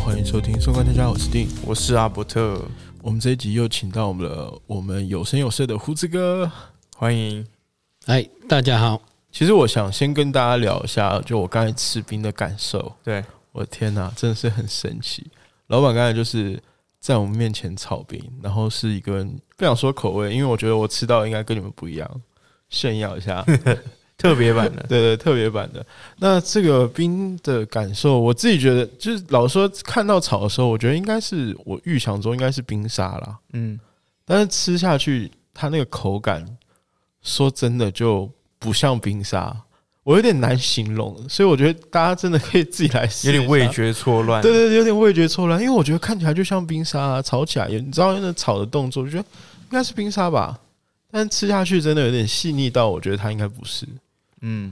收看大家好，我是丁。我是阿伯特，我们这一集又请到我们了，我们有声有色的胡子哥。欢迎。哎，大家好，其实我想先跟大家聊一下，就我刚才吃冰的感受。对，我的天哪、真的是很神奇。老板刚才就是在我们面前炒冰，然后是一个不想说口味，因为我觉得我吃到的应该跟你们不一样，炫耀一下。特别版的，对对，特别版的。那这个冰的感受，我自己觉得，就是老实说看到炒的时候，我觉得应该是我预想中应该是冰沙啦，嗯，但是吃下去它那个口感，说真的就不像冰沙，我有点难形容，所以我觉得大家真的可以自己来试，有点味。觉错乱。对对，对有点味觉错乱，因为我觉得看起来就像冰沙、啊，炒起来也，你知道那炒的动作，我觉得应该是冰沙吧，但是吃下去真的有点细腻到，我觉得它应该不是。嗯，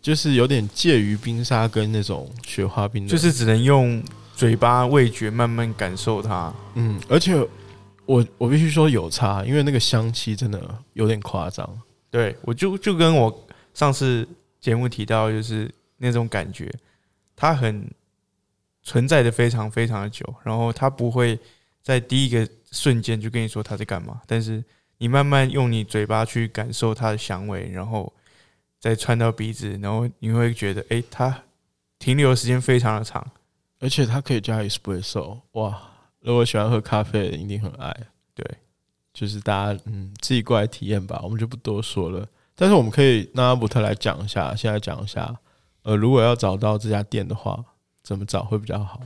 就是有点介于冰沙跟那种雪花冰的，就是只能用嘴巴味觉慢慢感受它。嗯，而且我我必须说有差，因为那个香气真的有点夸张。对我就就跟我上次节目提到，就是那种感觉，它很存在的非常非常的久，然后它不会在第一个瞬间就跟你说它在干嘛，但是你慢慢用你嘴巴去感受它的香味，然后再穿到鼻子，然后你会觉得，诶，它停留的时间非常的长。而且它可以加 espresso，哇！如果喜欢喝咖啡的人一定很爱。对，就是大家嗯自己过来体验吧，我们就不多说了。但是我们可以让阿伯特来讲一下，现在讲一下，呃，如果要找到这家店的话，怎么找会比较好？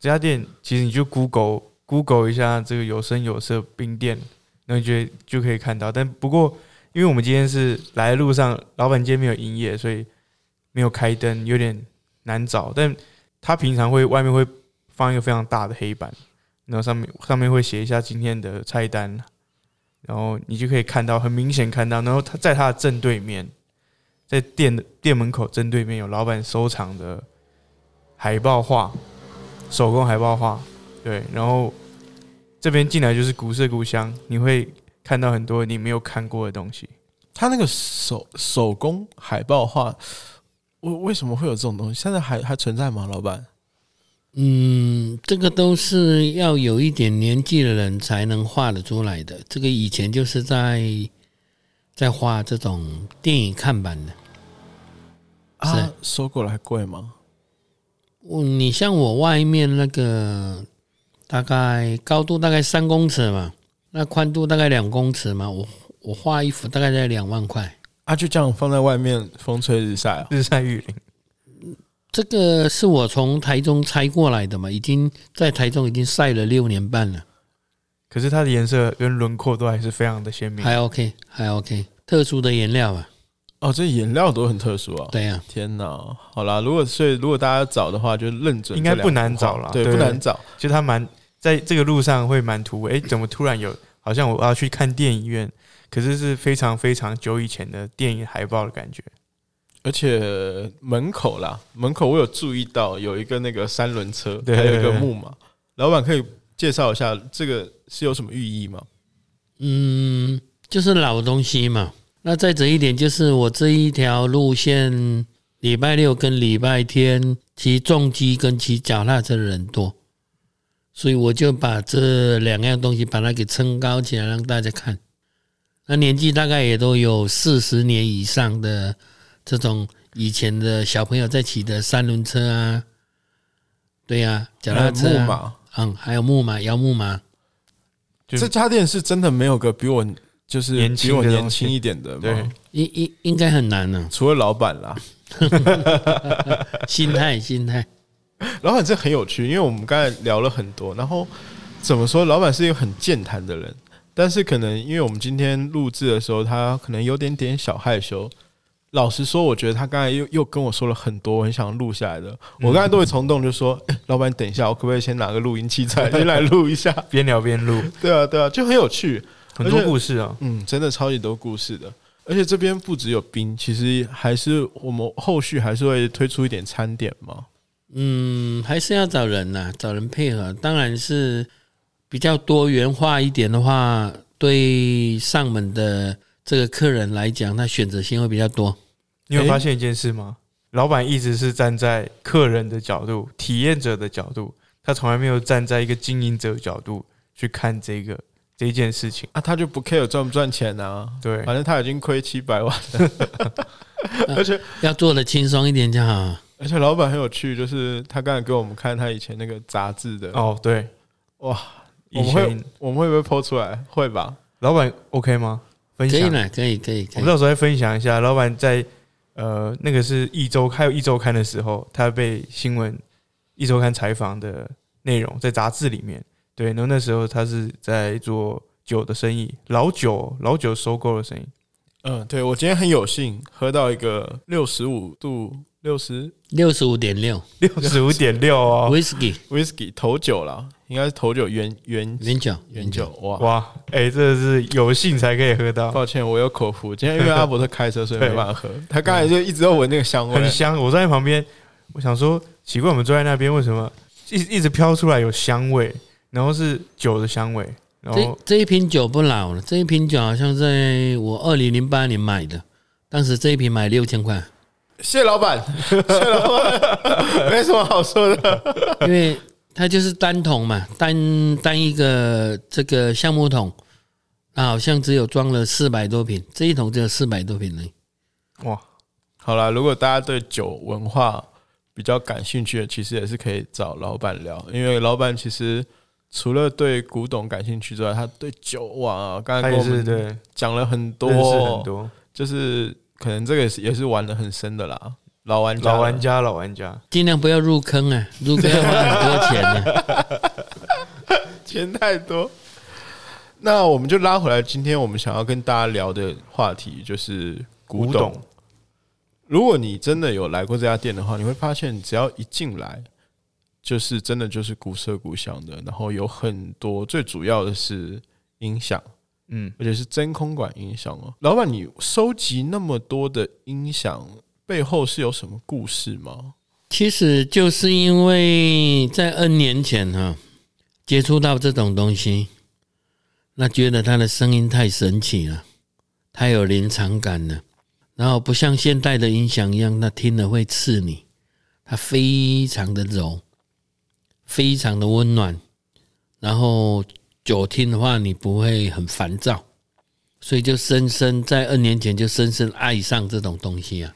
这家店其实你就 Google Google 一下这个有声有色冰店，那你就会就可以看到。但不过，因为我们今天是来的路上，老板今天没有营业，所以没有开灯，有点难找。但他平常会外面会放一个非常大的黑板，然后上面上面会写一下今天的菜单，然后你就可以看到，很明显看到。然后他在他的正对面，在店的店门口正对面有老板收藏的海报画。手工海报画，对，然后这边进来就是古色古香，你会看到很多你没有看过的东西。他那个手手工海报画，为为什么会有这种东西？现在还还存在吗？老板？嗯，这个都是要有一点年纪的人才能画得出来的。这个以前就是在在画这种电影看板的。啊，收过来贵吗？我你像我外面那个大概高度大概三公尺嘛，那宽度大概两公尺嘛，我我画一幅大概在两万块。啊，就这样放在外面风吹日晒啊？ 日晒雨淋，这个是我从台中拆过来的嘛，已经在台中已经晒了六年半了。可是它的颜色跟轮廓都还是非常的鲜明。还 OK，还 OK，特殊的颜料啊，哦，这颜料都很特殊啊。对呀、天哪，好啦，如果所以如果大家找的话，就认准应该这两幅不难找画啦对，对不难找。就它蛮在这个路上会蛮突兀。诶，怎么突然有？好像我要去看电影院，可是是非常非常久以前的电影海报的感觉。而且门口啦，门口我有注意到有一个那个三轮车，对还有一对个对木马。老板可以介绍一下这个是有什么寓意吗？嗯，就是老东西嘛。那再者一点，就是我这一条路线，礼拜六跟礼拜天骑重机跟骑脚踏车的人多，所以我就把这两样东西把它给撑高起来，让大家看。那年纪大概也都有四十年以上的这种以前的小朋友在骑的三轮车啊，对呀、脚踏车、木啊、，马，嗯，还有木马、摇木马，就这家店是真的没有个比我就是年比轻的我年东西轻一点的吗，对，应应应该很难呢、啊 除了老板啦，心态，心态。老板这很有趣，因为我们刚才聊了很多，然后怎么说，老板是一个很健谈的人，但是可能因为我们今天录制的时候，他可能有点点小害羞。老实说，我觉得他刚才又又跟我说了很多，我很想录下来的。嗯我刚才都会冲动就说：“哎老板，等一下，我可不可以先拿个录音器 材先来录一下边聊边 录，？”对啊，对啊，就很有趣。很多而且故事啊。嗯，真的超级多故事的。而且这边不只有冰，其实还是我们后续还是会推出一点餐点嘛。嗯，还是要找人呐、找人配合。当然是比较多元化一点的话，对上门的这个客人来讲，他选择性会比较多。你有诶发现一件事吗？老板一直是站在客人的角度、体验者的角度，他从来没有站在一个经营者的角度去看这个这件事情。啊，他就不 care 赚不赚钱啊，对，反正他已经亏七百万了，而且要做的轻松一点就好。而且老板很有趣，就是他刚才给我们看他以前那个杂志的，哦，对，哇，我以们会前我们会不会剖出来？会吧？老板 OK 吗？分可以享，啦，可以，可以，可我以们。到时候再分享一下。老板在呃那个是一周还有一周刊的时候，他被新闻一周刊采访的内容在杂志里面。对，然后那时候他是在做酒的生意，老酒老酒收购的生意。嗯，对我今天很有幸喝到一个六十五度六十六十五点六六十五点六哦， whisky whisky 头酒啦，应该是头酒原原原酒，原酒哇。哇，哎、这是有幸才可以喝到，抱歉，我有口福。今天因为阿伯特开车，所以没办法喝。他刚才就一直在闻那个香味很，香。我站在旁边，我想说奇怪，我们坐在那边为什么一一直飘出来有香味，然后是酒的香味，然这后这一瓶酒不老了，这一瓶酒好像在我二零零八年买的，当时这一瓶买六千块， 谢老 板，谢老板，没什么好说的。 因为它就是单桶嘛，单单一个这个橡木桶，它好像只有装了四百多瓶，这一桶只有四百多瓶而已。哇， 好啦，如果大家对酒文化比较感兴趣的，其实也是可以找老板聊，因为老板其实除了对古董感兴趣之外，他对酒哇，刚他才跟也我是们对讲了很多，认识很多就是可能这个也是也是玩的很深的啦，老玩家了老玩家老玩家，尽量不要入坑啊，入坑要花很多钱啊的、钱太多。那我们就拉回来，今天我们想要跟大家聊的话题就是古古董。董如果你真的有来过这家店的话，你会发现，只要一进来，就是真的就是古色古香的，然后有很多，最主要的是音响，嗯，而且是真空管音响哦。老板，你收集那么多的音响，背后是有什么故事吗？其实就是因为在 N 年前哈、接触到这种东西，那觉得它的声音太神奇了，太有临场感了。然后不像现代的音响一样，它听了会刺你，它非常的柔，非常的温暖。然后久听的话，你不会很烦躁，所以就深深在二年前就深深爱上这种东西啊。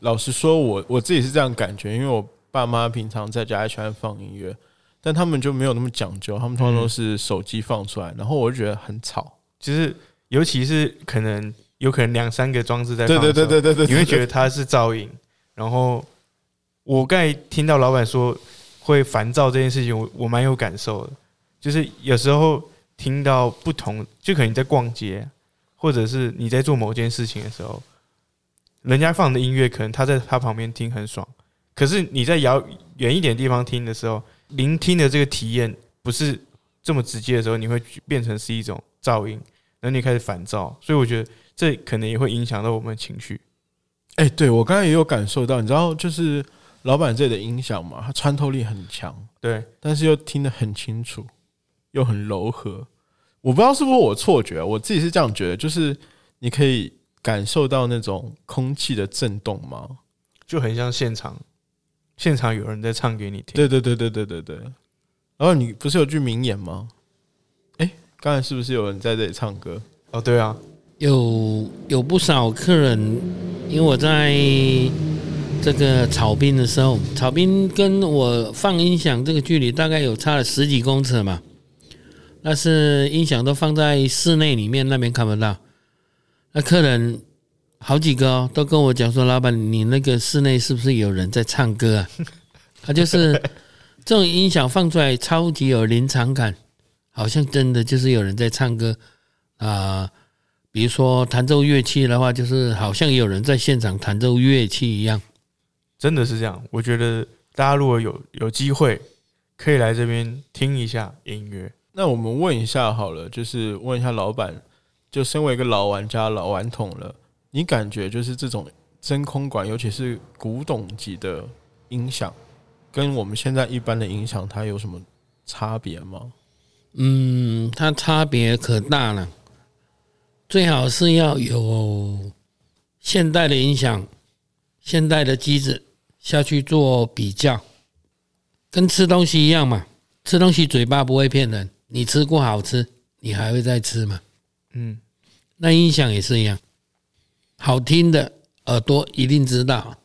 老实说我，我自己是这样感觉，因为我爸妈平常在家也喜欢放音乐，但他们就没有那么讲究，他们通常都是手机放出来，然后我就觉得很吵。就是尤其是可能有可能两三个装置在对放的时对候，对对对对，你会觉得得它是噪音。然后我刚才听到老板说会烦躁这件事情，我我蛮有感受的，就是有时候听到不同，就可能你在逛街，或者是你在做某件事情的时候，人家放的音乐可能他在他旁边听很爽，可是你在遥远一点地方听的时候，聆听的这个体验不是这么直接的时候，你会变成是一种噪音，然后你开始烦躁，所以我觉得这可能也会影响到我们的情绪。哎、对我刚才也有感受到，你知道，就是老板这里的音响嘛，它穿透力很强，对，但是又听得很清楚，又很柔和。我不知道是不是我错觉，我自己是这样觉得，就是你可以感受到那种空气的震动吗？就很像现场，现场有人在唱给你听。对对对对对对对。然后你不是有句名言吗？哎，刚才是不是有人在这里唱歌？哦，对啊，有有不少客人，因为我在这个草滨的时候，草滨跟我放音响这个距离大概有差了十几公尺嘛，那是音响都放在室内里面，那边看不到。那客人好几个哦，都跟我讲说，老板，你那个室内是不是有人在唱歌啊？他就是这种音响放出来超级有临场感，好像真的就是有人在唱歌啊。比如说弹奏乐器的话，就是好像有人在现场弹奏乐器一样。真的是这样。我觉得大家如果有有机会，可以来这边听一下音乐。那我们问一下好了，就是问一下老板，就身为一个老玩家、老顽童了，你感觉就是这种真空管，尤其是古董级的音响，跟我们现在一般的音响，它有什么差别吗？嗯，它差别可大了。最好是要有现代的音响、现代的机子下去做比较，跟吃东西一样嘛，吃东西嘴巴不会骗人，你吃过好吃，你还会再吃嘛。嗯，那音响也是一样，好听的耳朵一定知道，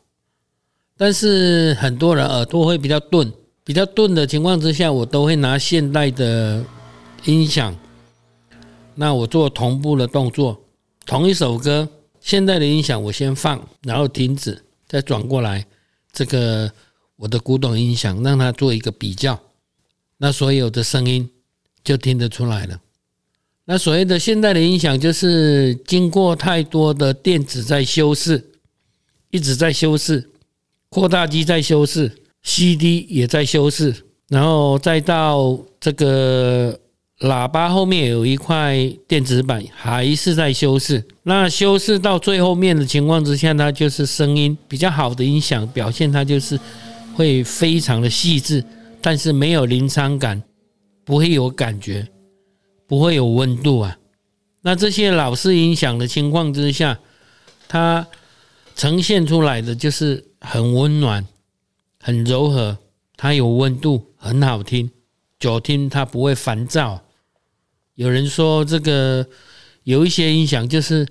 但是很多人耳朵会比较钝，比较钝的情况之下，我都会拿现代的音响，那我做同步的动作，同一首歌，现代的音响我先放，然后停止，再转过来这个我的古董音响，让它做一个比较，那所有的声音就听得出来了。那所谓的现代的音响，就是经过太多的电子在修饰，一直在修饰，扩大机在修饰，CD 也在修饰，然后再到这个喇叭后面有一块电子板，还是在修饰。那修饰到最后面的情况之下，它就是声音比较好的音响表现，它就是会非常的细致，但是没有临场感，不会有感觉。不会有温度啊。那这些老式音响的情况之下，它呈现出来的就是很温暖、很柔和，它有温度，很好听，久听它不会烦躁。有人说这个有一些音响就是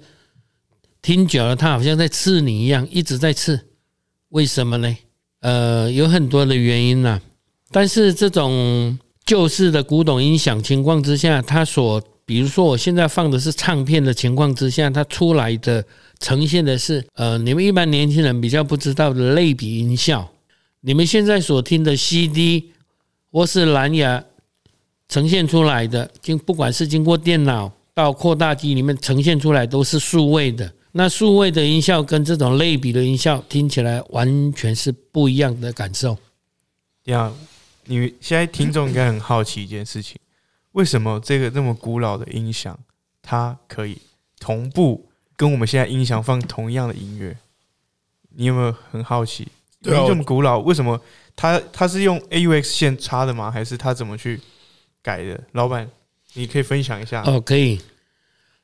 听久了，它好像在刺你一样，一直在刺。为什么呢？呃，有很多的原因呐、啊但是这种旧式的古董音响情况之下，它所比如说我现在放的是唱片的情况之下，它出来的呈现的是呃，你们一般年轻人比较不知道的类比音效。你们现在所听的 CD 或是蓝牙呈现出来的，经不管是经过电脑到扩大机里面呈现出来，都是数位的。那数位的音效跟这种类比的音效听起来完全是不一样的感受。这样，你现在听众应该很好奇一件事情：为什么这个这么古老的音响，它可以同步跟我们现在音响放同样的音乐？你有没有很好奇？对啊因为我这么古老，为什么它它是用 AUX 线插的吗？还是它怎么去改的？老板，你可以分享一下。 哦，可以。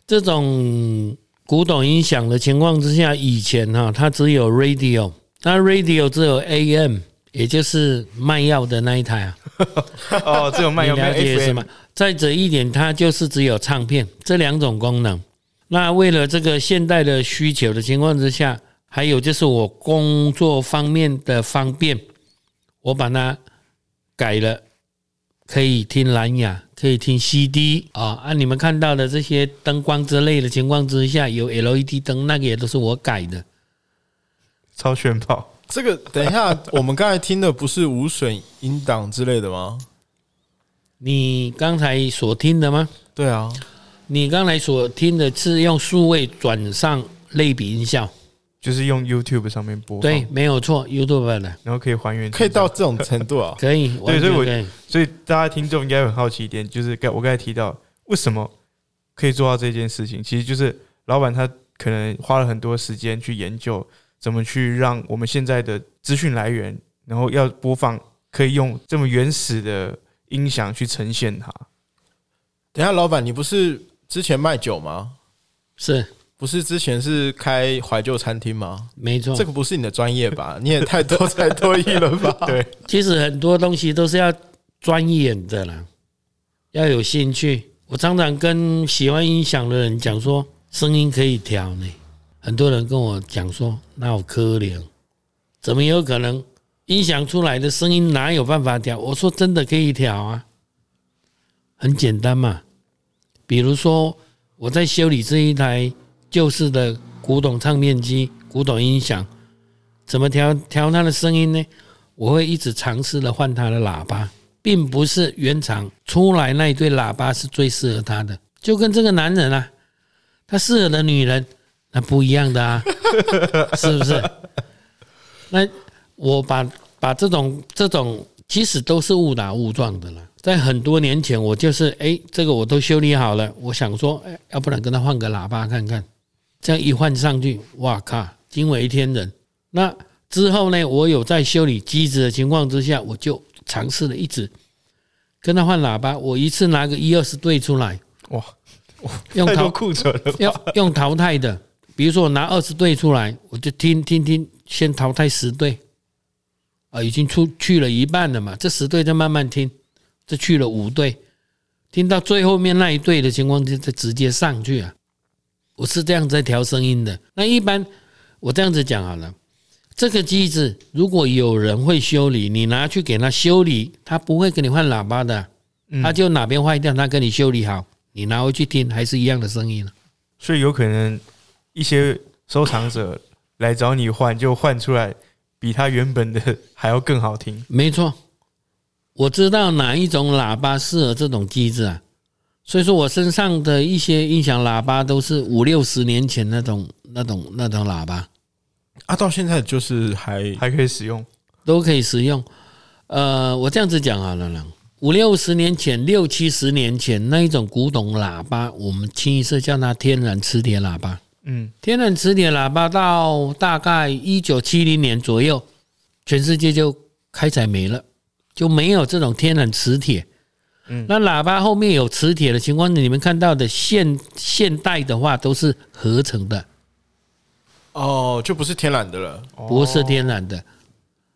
这种古董音响的情况之下，以前哈、它只有 radio，那 radio 只有 AM，也就是卖药的那一台啊，哦，这种卖你有没了解有是 FM？吗？再者一点，它就是只有唱片这两种功能。那为了这个现代的需求的情况之下，还有就是我工作方面的方便，我把它改了，可以听蓝牙，可以听 CD 啊。啊，你们看到的这些灯光之类的情况之下，有 LED 灯，那个也都是我改的。超炫炮！这个等一 下，我们刚才听的不是无损音档之类的吗？你刚才所听的吗？对啊，你刚才所听的是用数位转上类比音效。就是用 YouTube 上面播放，对，没有错，YouTube 的！然后可以还原成这样，可以到这种程度啊可以，完所以全我可以。所以大家听众应该很好奇一点，就是刚我刚才提到，为什么可以做到这件事情，其实就是老板他可能花了很多时间去研究怎么去让我们现在的资讯来源，然后要播放可以用这么原始的音响去呈现它。等一下，老板，你不是之前卖酒吗？是不是之前是开怀旧餐厅吗？没错嗯这。个不是你的专业吧？ 你也太多才多艺了吧？ 对，其实很多东西都是要钻研的啦，要有兴趣。我常常跟喜欢音响的人讲说，声音可以调呢。很多人跟我讲说，那我可怜，怎么有可能？音响出来的声音哪有办法调？我说真的可以调啊，很简单嘛。比如说我在修理这一台旧式的古董唱片机、古董音响，怎么调调它的声音呢？我会一直尝试的换它的喇叭，并不是原厂出来那一对喇叭是最适合他的，就跟这个男人啊，他适合的女人那不一样的啊， 是不是？那我把把这种这种其实都是误打误撞的了。在很多年前，我就是哎，这个我都修理好了，我想说，哎，要不然跟他换个喇叭看看，这样一换上去，哇靠，惊为天人。那之后呢，我有在修理机子的情况之下，我就尝试了一直跟他换喇叭，我一次拿个一二十对出来，哇，用太多淘库存了吧。要用淘汰的，比如说我拿二十对出来，我就听听听，先淘汰十对，啊，已经出去了一半了嘛，这十队再慢慢听，这去了五队，听到最后面那一队的情况就就直接上去啊。我是这样在调声音的。那一般我这样子讲好了，这个机子如果有人会修理，你拿去给他修理，他不会给你换喇叭的啊、嗯他就哪边坏掉，他给你修理好，你拿回去听还是一样的声音啊所以有可能一些收藏者来找你换，就换出来比他原本的还要更好听。没错，我知道哪一种喇叭适合这种机子啊，所以说我身上的一些音响喇叭都是五六十年前那种、那种、那种喇叭啊，到现在就是还还可以使用。都可以使用。呃，我这样子讲好了啦，五六十年前、六七十年前那一种古董喇叭，我们清一色叫它天然磁铁喇叭。嗯，天然磁铁喇叭到大概一九七零年左右，全世界就开采没了，就没有这种天然磁铁。嗯那喇叭后面有磁铁的情况，你们看到的现现代的话都是合成的，哦，就不是天然的了。不是天然的。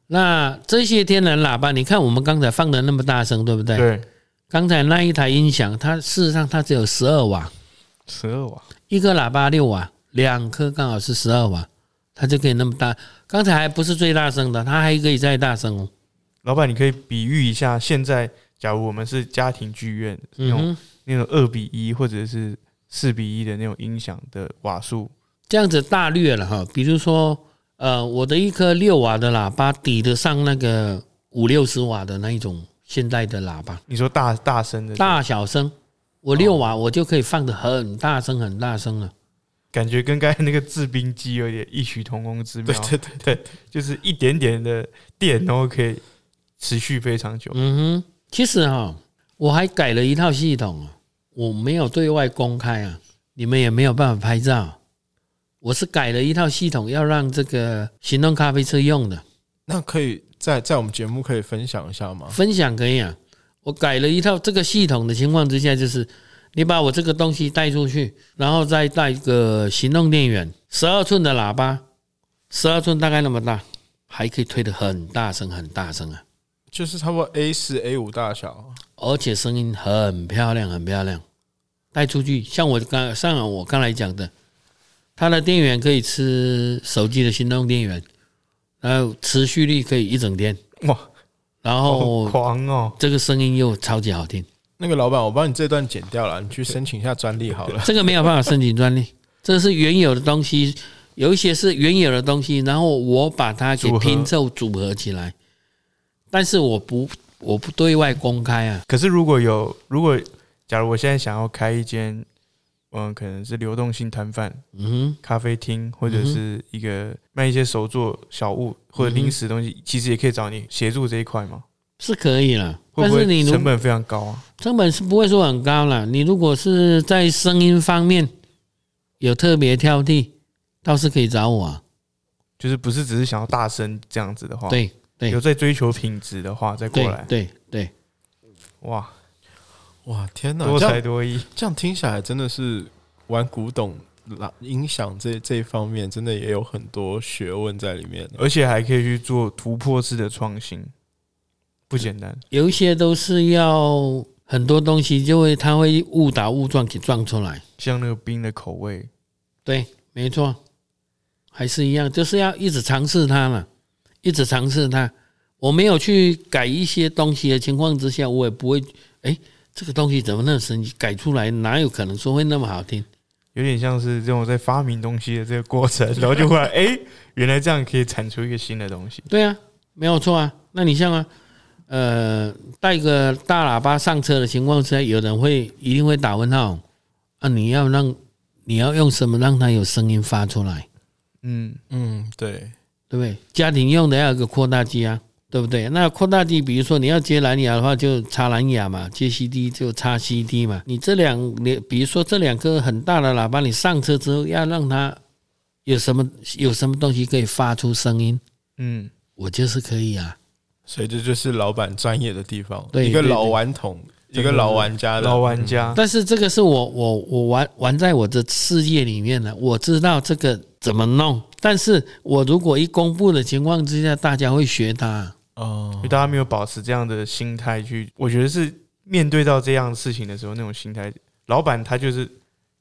那这些天然喇叭，你看我们刚才放的那么大声，对不对？对，刚才那一台音响，它事实上它只有十二瓦，十二瓦，一颗喇叭六瓦，两颗刚好是十二瓦，它就可以那么大。刚才还不是最大声的，它还可以再大声哦。老板，你可以比喻一下，现在假如我们是家庭剧院那嗯种、哼，那种二比一或者是四比一的那种音响的瓦数，这样子大略了哈。比如说，呃，我的一颗六瓦的喇叭抵得上那个五六十瓦的那一种现代的喇叭，你说大大声的，大小声。我六瓦，我就可以放得很大声、很大声了。感觉跟刚才那个制冰机有点异曲同工之妙对，对对，就是一点点的电，然后可以持续非常久。嗯哼，其实哈、我还改了一套系统啊，我没有对外公开啊，你们也没有办法拍照。我是改了一套系统，要让这个行动咖啡车用的，那可以在在我们节目可以分享一下吗？分享可以啊。我改了一套这个系统的情况之下，就是你把我这个东西带出去，然后再带一个行动电源，十二寸的喇叭，十二寸大概那么大，还可以推得很大声很大声啊，就是差不多 A 四 A 五大小，而且声音很漂亮，很漂亮。带出去，像我刚上我刚才讲的，它的电源可以吃手机的行动电源，然后持续力可以一整天，哇，然好后狂哦！这个声音又超级好听。那个老板，我帮你这段剪掉了，你去申请一下专利好 了。这个没有办法申请专利，这是原有的东西，有一些是原有的东西，然后我把它给组合拼凑组合起来，但是我不我不对外公开啊，可是如果有，如果假如我现在想要开一间，嗯，可能是流动性摊贩、嗯咖啡厅，或者是一个卖一些手作小物或者零食东嗯西，其实也可以找你协助这一块嘛。哼，是可以了，会但不是你会如成本非常高啊？成本是不会说很高了。你如果是在声音方面有特别挑剔，倒是可以找我、啊。就是不是只是想要大声这样子的话，对对哦有在追求品质的话，再过对来，对对，哇，哇，天哪！多这才样多艺，这样听下来，真的是玩古董、啦音响这这一方面，真的也有很多学问在里面。而且还可以去做突破式的创新，不简单。有一些都是要很多东西就会它会误打误撞给撞出来。像那个冰的口味，对，没错，还是一样，就是要一直尝试它嘛，一直尝试它。我没有去改一些东西的情况之下，我也不会，哎，这个东西怎么那么神奇？改出来哪有可能说会那么好听？有点像是这种在发明东西的这个 过程，然后就忽然哎、诶原来这样可以产出一个新的东西。对啊，没有错啊。那你像啊，呃，带个大喇叭上车的情况之下，有人会一定会打问号啊，你要让你要用什么让它有声音发出来？嗯，嗯，对，对不对？家庭用的要有个扩大机啊，对不对？那扩大机，比如说你要接蓝牙的话，就插啊蓝牙嘛；接 CD 就插 CD 嘛。你这两，你比如说这两颗很大的喇叭，你上车之后要让它有什么有什么东西可以发出声音，嗯，我就是可以啊。所以这就是老板专业的地方，对一个对老对顽童，一真的个老玩家的老玩家，但是这个是我我我玩玩在我的世界里面了，我知道这个怎么弄。但是我如果一公布的情况之下，大家会学它，哦就大家没有保持这样的心态去，我觉得是面对到这样的事情的时候，那种心态，老板他就是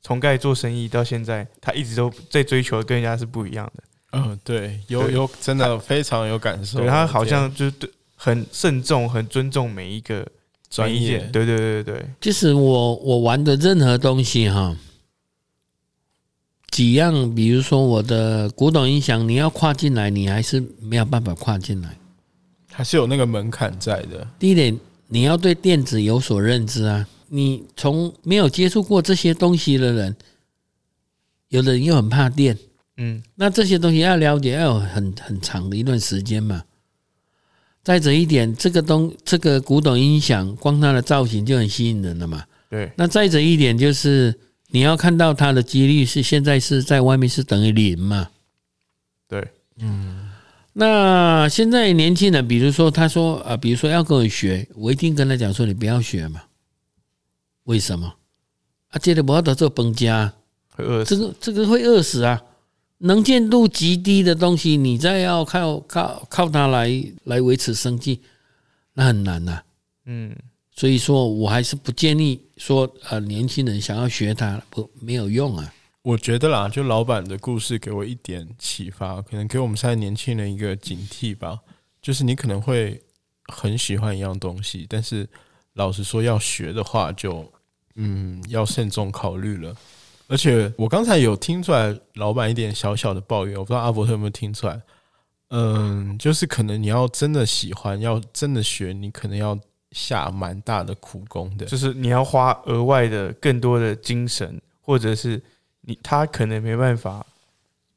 从盖做生意到现在，他一直都在追求跟人家是不一样的，嗯，对，有对有，真的非常有感受。对他好我的天像就是对很慎重、很尊重每一个专每一业件，对对对对对，其实我我玩的任何东西哈，几样，比如说我的古董音响，你要跨进来，你还是没有办法跨进来。还是有那个门槛在的。第一点，你要对电子有所认知啊。你从没有接触过这些东西的人，有的人又很怕电，嗯，那这些东西要了解，要有很很长的一段时间嘛。再者一点，这个东这个古董音响，光它的造型就很吸引人了嘛。对，那再者一点就是，你要看到它的几率是现在是在外面是等于零嘛？对，嗯。那现在年轻人，比如说他说啊、呃比如说要跟我学，我一定跟他讲说你不要学嘛。为什么？啊，这个不要得做崩家啊、会饿死，这个这个会饿死啊！能见度极低的东西，你再要靠靠靠它来来维持生计，那很难呐、嗯，所以说我还是不建议说呃年轻人想要学它不没有用啊。我觉得啦，就老板的故事给我一点启发，可能给我们现在年轻人一个警惕吧。就是你可能会很喜欢一样东西，但是老实说，要学的话就，嗯要慎重考虑了。而且我刚才有听出来老板一点小小的抱怨，我不知道阿伯特有没有听出来。嗯，就是可能你要真的喜欢，要真的学，你可能要下蛮大的苦功的。就是你要花额外的更多的精神，或者是你他可能没办法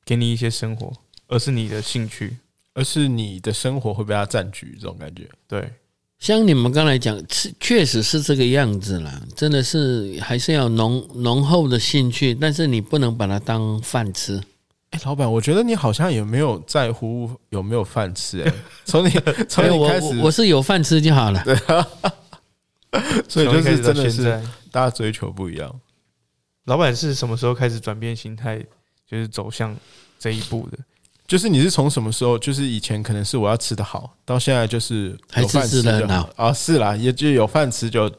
给你一些生活，而是你的兴趣，而是你的生活会被它占据，这种感觉。对，像你们刚才讲，是确实是这个样子啦，真的是还是要浓浓厚的兴趣，但是你不能把它当饭吃。哎、老板，我觉得你好像也没有在乎有没有饭吃、 哎，从你从所以你哎我开我我始，是有饭吃就好了。所以就从一开是始到真的现是在大家追求不一样。老板是什么时候开始转变心态，就是走向这一步的？就是你是从什么时候？就是以前可能是我要吃的好，到现在就是还有是饭吃吃得就很好好啊，是啦，也就有饭吃就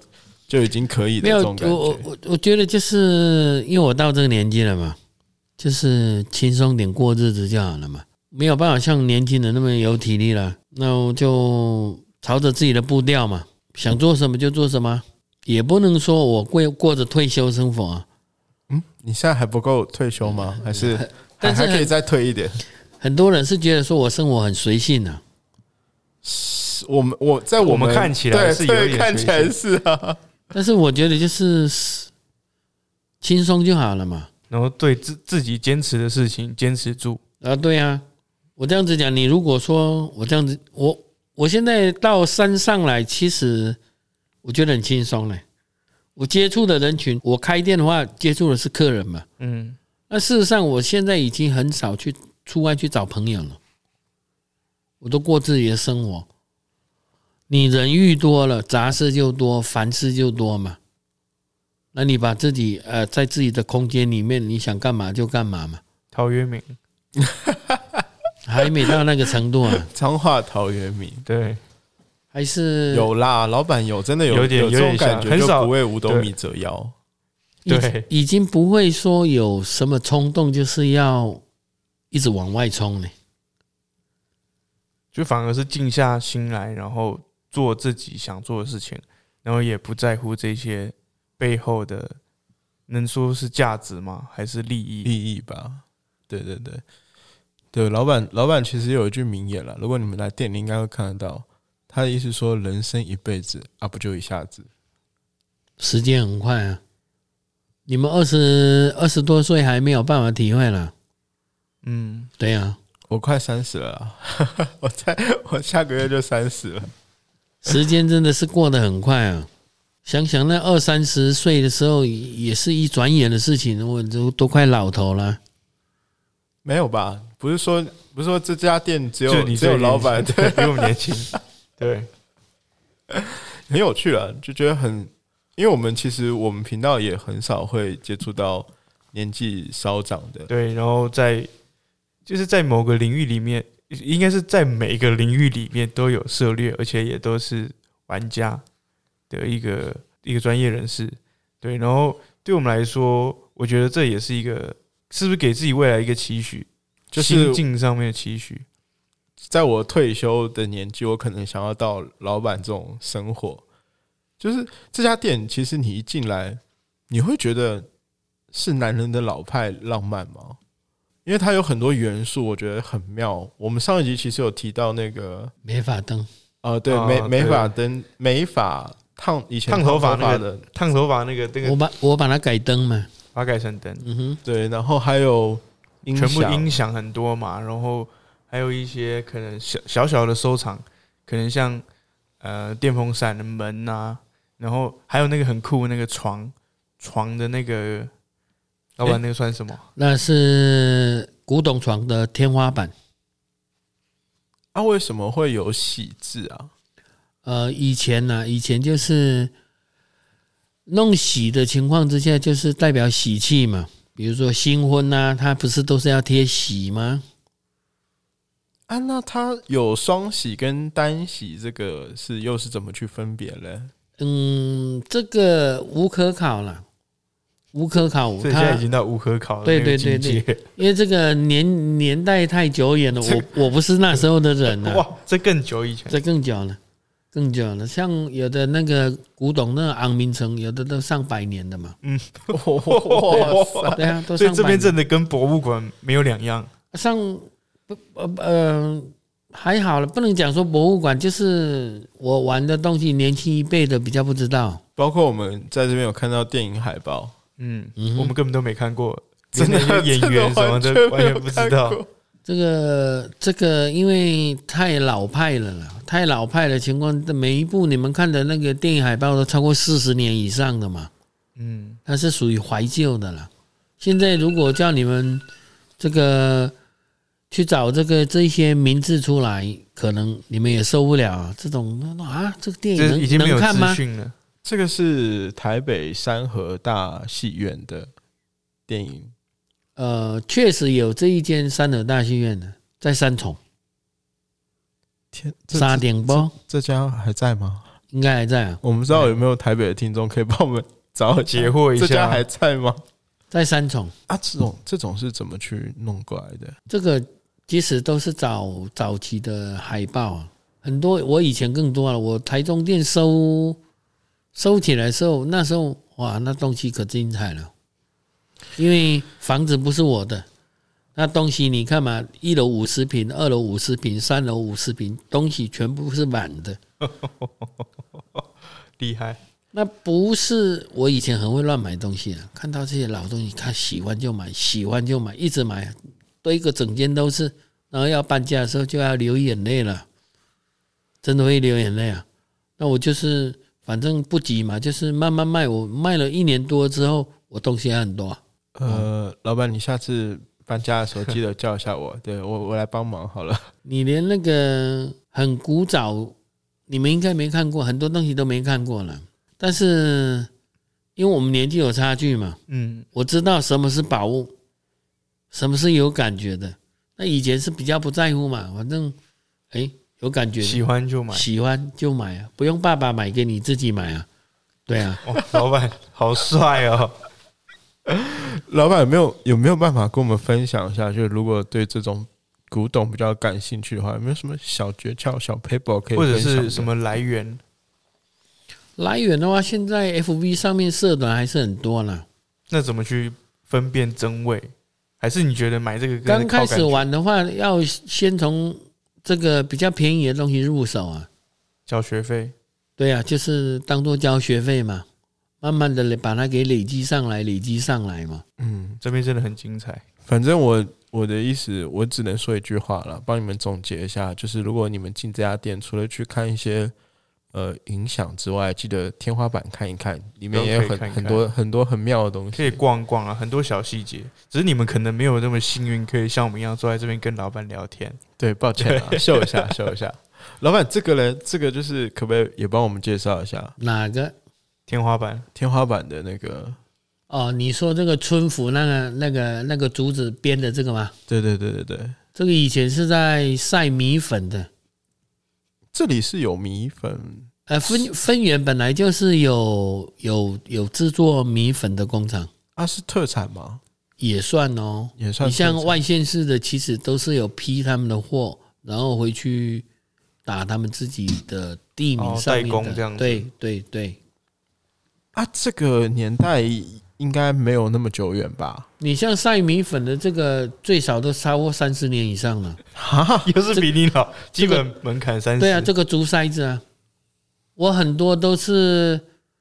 就已经可以的没这有，种感我我觉。我我觉得就是因为我到这个年纪了嘛，就是轻松点过日子就好了嘛，没有办法像年轻人那么有体力了，那我就朝着自己的步调嘛，想做什么就做什么，也不能说我过过着退休生活啊。嗯，你现在还不够退休嗯吗？还是还但是还可以很再退一点？很多人是觉得说我生活很随性啊，我们我在我我们看起来对是有对点看随起来性是啊，但是我觉得就是轻松就好了嘛。然后对自自己坚持的事情坚持住，啊，对啊，我这样子讲，你如果说我这样子，我我现在到山上来，其实我觉得很轻松嘞。我接触的人群，我开店的话，接触的是客人嘛。嗯，那事实上，我现在已经很少去出外去找朋友了，我都过自己的生活。你人遇多了，杂事就多，烦事就多嘛。那你把自己呃，在自己的空间里面，你想干嘛就干嘛嘛，陶渊明，还没到那个程度啊。彰化桃园米。对，还是有啦，老板有真的有有点这有种点感像觉，很就少不为五斗对米折腰。已对已经不会说有什么冲动，就是要一直往外冲呢。就反而是静下心来，然后做自己想做的事情，然后也不在乎这些背后的，能说是价值吗？还是利益？利益吧。对对对，对，老板老板其实有一句名言了，如果你们来店里应该会看得到，他的意思说人生一辈子啊，不就一下子？时间很快啊，你们二十二十多岁还没有办法体会了。嗯，对啊，我快三十了啦，我在我下个月就三十了。时间真的是过得很快啊。想想那二三十岁的时候，也也是一转眼的事情，我都都快老头了。没有吧？不是说不是说这家店只就有你只有最年老板，轻对，比我们年轻， 对，很有趣了，就觉得很，因为我们其实我们频道也很少会接触到年纪稍长的，对，然后在就是在某个领域里面，应该是在每个领域里面都有涉猎，而且也都是玩家的一个一个专业人士。对，然后对我们来说，我觉得这也是一个是不是给自己未来一个期许，就是心境上面的期许。在我退休的年纪，我可能想要到老板这种生活。就是这家店，其实你一进来，你会觉得是男人的老派浪漫吗？因为它有很多元素，我觉得很妙。我们上一集其实有提到那个，没法登，呃，对，啊美对美发灯、美发烫以前烫头发发那的个，烫头发那个那我个把我把它改灯嘛，把它改成灯，嗯哼，对，然后还有音全部响音响很多嘛，然后还有一些可能小小小的收藏，可能像呃电风扇的门啊，然后还有那个很酷的那个床床的那个，老板那个算什么？ 那是古董床的天花板。啊，为什么会有喜字啊？呃，以前呢、以前就是弄喜的情况之下，就是代表喜气嘛。比如说新婚呐、它不是都是要贴喜吗？啊，那它有双喜跟单喜，这个是又是怎么去分别嘞？嗯，这个无可考了，无可考。所以现在它已经到无可考的对那对个对境界。因为这个年年代太久远了，这我我不是那时候的人了、 哇，这更久以 前，这更久了，更久了。像有的那个古董，那个昂明城，有的都上百年的嘛。哇塞！对啊，都所以上这百年边真的跟博物馆没有两样。上不呃呃还好了，不能讲说博物馆，就是我玩的东西，年轻一辈的比较不知道。包括我们在这边有看到电影海报，嗯，嗯哼我们根本都没看过， 真 的连那些演员什么真的的完全不知道没有看。过这个这个，因为太老派了啦，太老派的情况，每一部你们看的那个电影海报都超过四十年以上的嘛，嗯，它是属于怀旧的啦。现在如果叫你们这个去找这个这些名字出来，可能你们也受不了啊。这种啊，这个电影这能已经没有能看吗资？讯了。这个是台北三和大戏院的电影，呃，确实有这一间三和大戏院的，在三重天，这沙顶包这家还在吗？应该还在啊，我们不知道有没有台北的听众可以帮我们找解惑一下这家还在吗？在三重啊，这种这种是怎么去弄过来的？这个其实都是早早期的海报啊，很多我以前更多了，我台中店收收起来的时候，那时候哇，那东西可精彩了，因为房子不是我的。那东西你看嘛，一楼五十平，二楼五十平，三楼五十平，东西全部是满的。厉害，那不是我以前很会乱买东西啊，看到这些老东西，看喜欢就买，喜欢就买，一直买，堆个整间都是。然后要搬家的时候就要流眼泪了，真的会流眼泪啊。那我就是反正不急嘛，就是慢慢卖。我卖了一年多之后，我东西还很多啊、呃，老板，你下次搬家的时候记得叫一下我，对我我来帮忙好了。 你连那个很古早，你们应该没看过，很多东西都没看过了。但是因为我们年纪有差距嘛，嗯，我知道什么是宝物，什么是有感觉的。那以前是比较不在乎嘛，反正哎、有感觉，喜欢就买。喜欢就买啊，不用爸爸买给你自己买啊。对 啊，哇，老板好帅哦！老板有没有有没有办法跟我们分享一下？就是如果对这种古董比较感兴趣的话，有没有什么小诀窍、小 paper 可以或者分享是的什？么来源？来源的话，现在 FB 上面社团还是很多啦。那怎么去分辨真伪？还是你觉得买这个刚跟开靠感始觉玩的话，要先从这个比较便宜的东西入手啊。交学费？对啊，就是当做交学费嘛，慢慢的把它给累积上来，累积上来嘛。嗯，这边真的很精彩。反正我我的意思，我只能说一句话了，帮你们总结一下，就是如果你们进这家店，除了去看一些呃影响之外，记得天花板看一看，里面也有都很可以看一看很多很多很妙的东可以西。逛逛啊，很多小细节。只是你们可能没有那么幸运，可以像我们一样坐在这边跟老板聊天。对，抱歉啊，秀一 下，秀一下。老板，这个人，这个就是可不可以也帮我们介绍一下哪个？天花板天花板的那个哦，你说这个春服那个那个那个竹子编的这个吗？对对对对对，这个以前是在晒米粉的，这里是有米粉，呃，分分园本来就是有有有制作米粉的工厂，啊是特产吗？也算哦。也算你像特产外县市的，其实都是有批他们的货，然后回去打他们自己的地名哦上面的。代工这样子对对对，啊，这个年代应该没有那么久远吧？你像晒米粉的这个，最少都超过三十年以上了。哈，又是比你老，基啊这个本门槛三十。对啊，这个竹筛子啊，我很多都是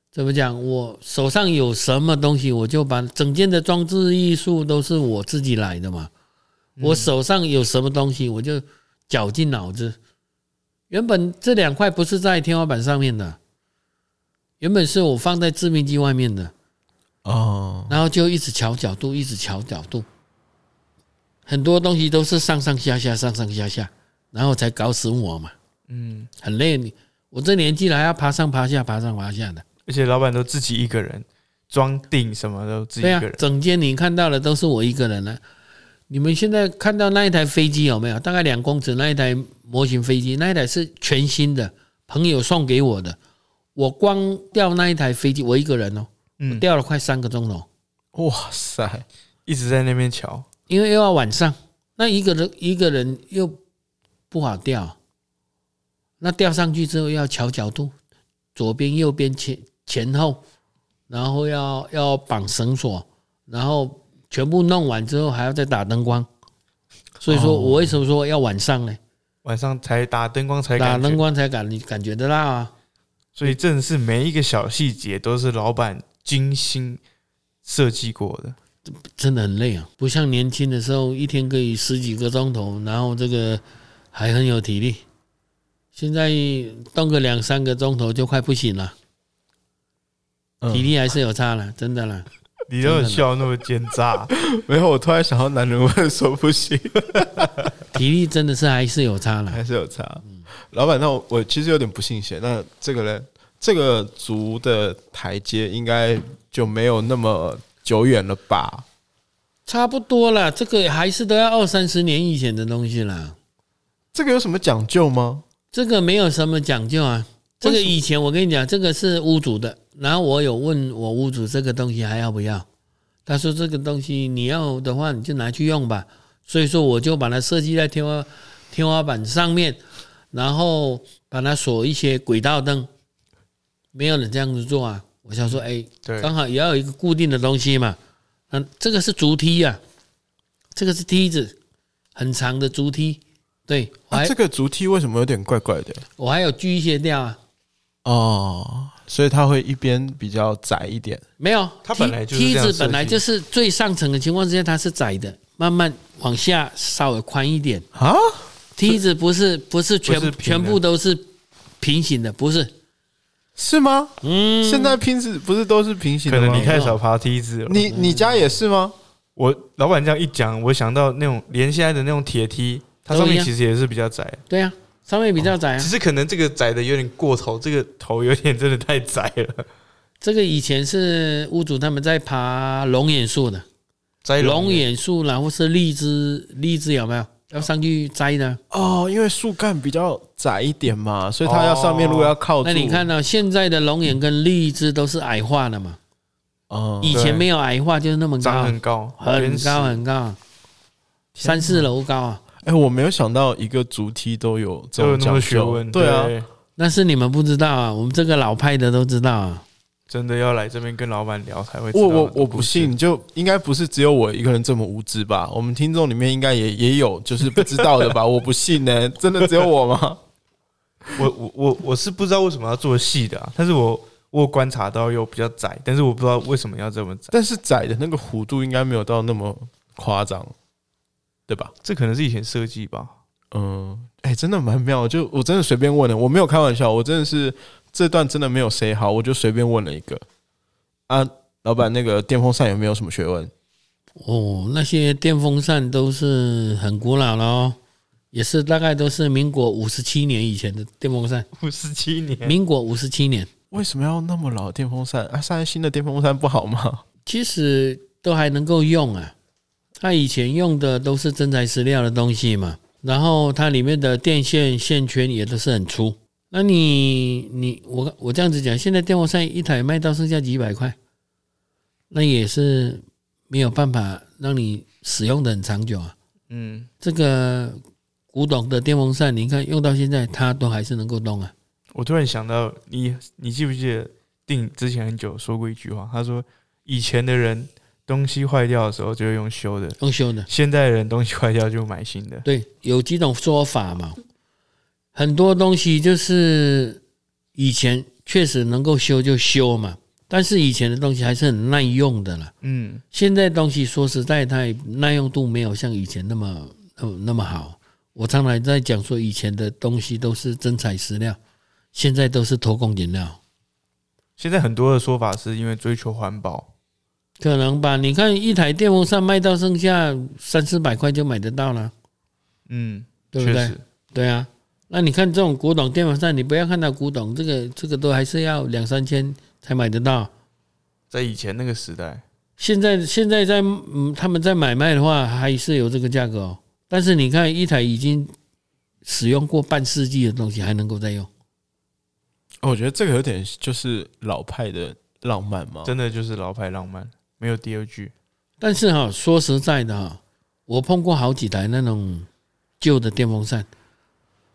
怎么讲？我手上有什么东西，我就把整件的装置艺术都是我自己来的嘛。我手上有什么东西，我就绞尽脑汁。原本这两块不是在天花板上面的，原本是我放在致命机外面的，哦，然后就一直调角度，一直调角度。很多东西都是上上下下，上上下下，然后才搞死我嘛。嗯，很累。你我这年纪了还要爬上爬下，爬上爬下的。而且老板都自己一个人装订什么都自己对一啊个，人。整间你看到的都是我一个人了。你们现在看到那一台飞机有没有？大概两公尺那一台模型飞机，那一台是全新的，朋友送给我的。我光掉那一台飞机，我一个人哦，嗯，掉了快三个钟头，哇塞，一直在那边瞧。因为又要晚上，那一个人一个人又不好掉，那掉上去之后要调角度，左边、右边、前前后，然后要要绑绳索，然后全部弄完之后还要再打灯光。所以说哦我为什么说要晚上呢？晚上才打灯光才打感觉灯光才感你感觉得到啊。所以正是每一个小细节都是老板精心设计过的。真的很累啊，不像年轻的时候一天可以十几个钟头，然后这个还很有体力。现在动个两三个钟头就快不行了，嗯体力还是有差了，真的啦。你都很笑那么奸 诈，没有，我突然想到男人问说不 行，体力真的是还是有差了。还是有差。老板，那我我其实有点不信邪。那这个呢，这个族的台阶应该就没有那么久远了吧？差不多了，这个还是都要二三十年以前的东西了，这个有什么讲究吗？这个没有什么讲究啊。这个为什么以前我跟你讲，这个是屋主的，然后我有问我屋主这个东西还要不要，他说这个东西你要的话你就拿去用吧，所以说我就把它设计在天花天花板上面，然后把它锁一些轨道灯，没有人这样子做啊。我想嗯说，哎，对，刚好也要有一个固定的东西嘛。嗯，这个是竹梯呀、啊，这个是梯子，很长的竹梯。对，我啊，还、这个竹梯为什么有点怪怪的？我还有锯一些掉啊，哦，所以它会一边比较窄一点。没有。它梯本来就是梯这样子设本来计就是最上层的情况之下它是窄的，慢慢往下稍微宽一点。啊，梯子不是不是全不是平的全部都是平行的，不是。是吗？嗯，现在拼子不是都是平行可的吗？能你太少爬梯子了。你你家也是吗？我老板这样一讲，我想到那种连现在的那种铁梯，它上都一面样其实也是比较窄，对啊，上面比较嗯窄啊。只是可哦能这个窄的有点过头，这个头有点真的太窄了。这个以前是屋主他们在爬龙眼树的。摘龙眼，眼树啦，或是荔枝，荔枝有没有要上去摘的？哦，因为树干比较窄一点嘛，所以它要上面如果要靠住，哦那你看，到、现在的龙眼跟荔枝都是矮化的嘛？哦，以前没有矮化，就是那么嗯长高，很高，很原始高很高，三四楼高啊！哎、我没有想到一个竹梯都有这都有种那么讲学究，问。对啊，但是你们不知道啊，我们这个老派的都知道啊。真的要来这边跟老板聊才会知道我的故事。我我不信，就应该不是只有我一个人这么无知吧？我们听众里面应该也也有就是不知道的 吧？我不信呢、真的只有我吗？我我我我是不知道为什么要做细的啊，但是我我有观察到有比较窄，但是我不知道为什么要这么窄，但是窄的那个弧度应该没有到那么夸张，对吧？这可能是以前设计吧。 嗯，哎、真的蛮妙的，就我真的随便问的，我没有开玩笑，我真的是这段真的没有 say 好，我就随便问了一个啊，老板那个电风扇有没有什么学问？哦，那些电风扇都是很古老喽，也是大概都是民国五十七年以前的电风扇，五十七年，民国五十七年。为什么要那么老的电风扇啊？现在新的电风扇不好吗？其实都还能够用啊。它以前用的都是真材实料的东西嘛，然后它里面的电线线圈也都是很粗。那你你我我这样子讲，现在电风扇一台卖到剩下几百块，那也是没有办法让你使用的很长久啊。嗯，这个古董的电风扇，你看用到现在，它都还是能够动啊。我突然想到，你你记不记得定之前很久说过一句话？他说以前的人东西坏掉的时候就会用修的，用修的，现代人东西坏掉就买新的。对，有几种说法嘛。很多东西就是以前确实能够修就修嘛，但是以前的东西还是很耐用的啦。嗯现在东西说实在，它也耐用度没有像以前那么那么那么好。我常常在讲说，以前的东西都是真材实料，现在都是偷工减料。现在很多的说法是因为追求环保，可能吧？你看一台电风扇卖到剩下三四百块就买得到了，嗯，对不确对？实，对啊。那你看这种古董电风扇，你不要看它古董，这个这个都还是要两三千才买得到。在以前那个时代，现在现在在嗯他们在买卖的话，还是有这个价格哦。但是你看一台已经使用过半世纪的东西还能够再用，哦我觉得这个有点就是老派的浪漫嘛。真的就是老牌浪漫，没有第二句。但是哈、说实在的哈、我碰过好几台那种旧的电风扇，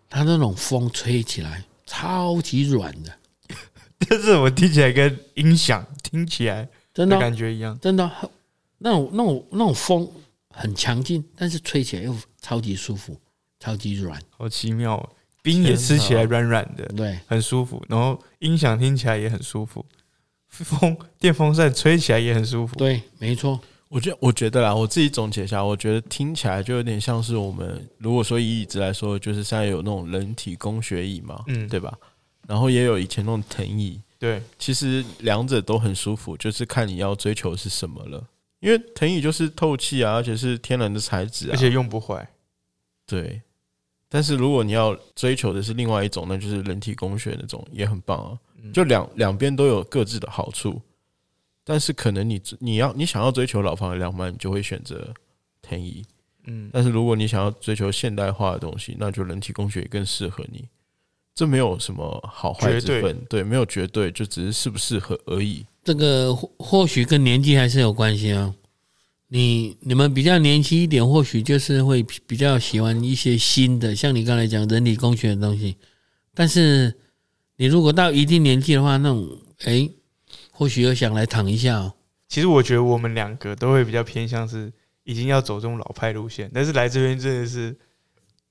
它那种风吹起来超级软的， 但是我听起来跟音响听起来真的哦、的感觉一样，真的哦、那种那种那种风很强劲，但是吹起来又超级舒服，超级软，好奇妙、哦。冰也吃起来软软的，对，很舒服，然后音响听起来也很舒服，风电风扇吹起来也很舒服。对，没错，我觉得我觉得啦，我自己总结一下，我觉得听起来就有点像是我们如果说以椅子来说，就是现在有那种人体工学椅嘛，嗯对吧？然后也有以前那种藤椅，对，其实两者都很舒服，就是看你要追求是什么了。因为藤椅就是透气啊，而且是天然的材质而啊，且用不坏。对。但是如果你要追求的是另外一种，那就是人体工学那种，也很棒啊。就两两边都有各自的好处，但是可能你你要你想要追求老房的浪漫，你就会选择藤椅；嗯，但是如果你想要追求现代化的东西，那就人体工学也更适合你。这没有什么好坏绝之对分，对，没有绝对，就只是适不适合而已。这个或或许跟年纪还是有关系哦。你你们比较年轻一点，或许就是会比比较喜欢一些新的，像你刚才讲人体工学的东西。但是你如果到一定年纪的话，那种哎，或许又想来躺一下哦。其实我觉得我们两个都会比较偏向是已经要走这种老派路线，但是来这边真的是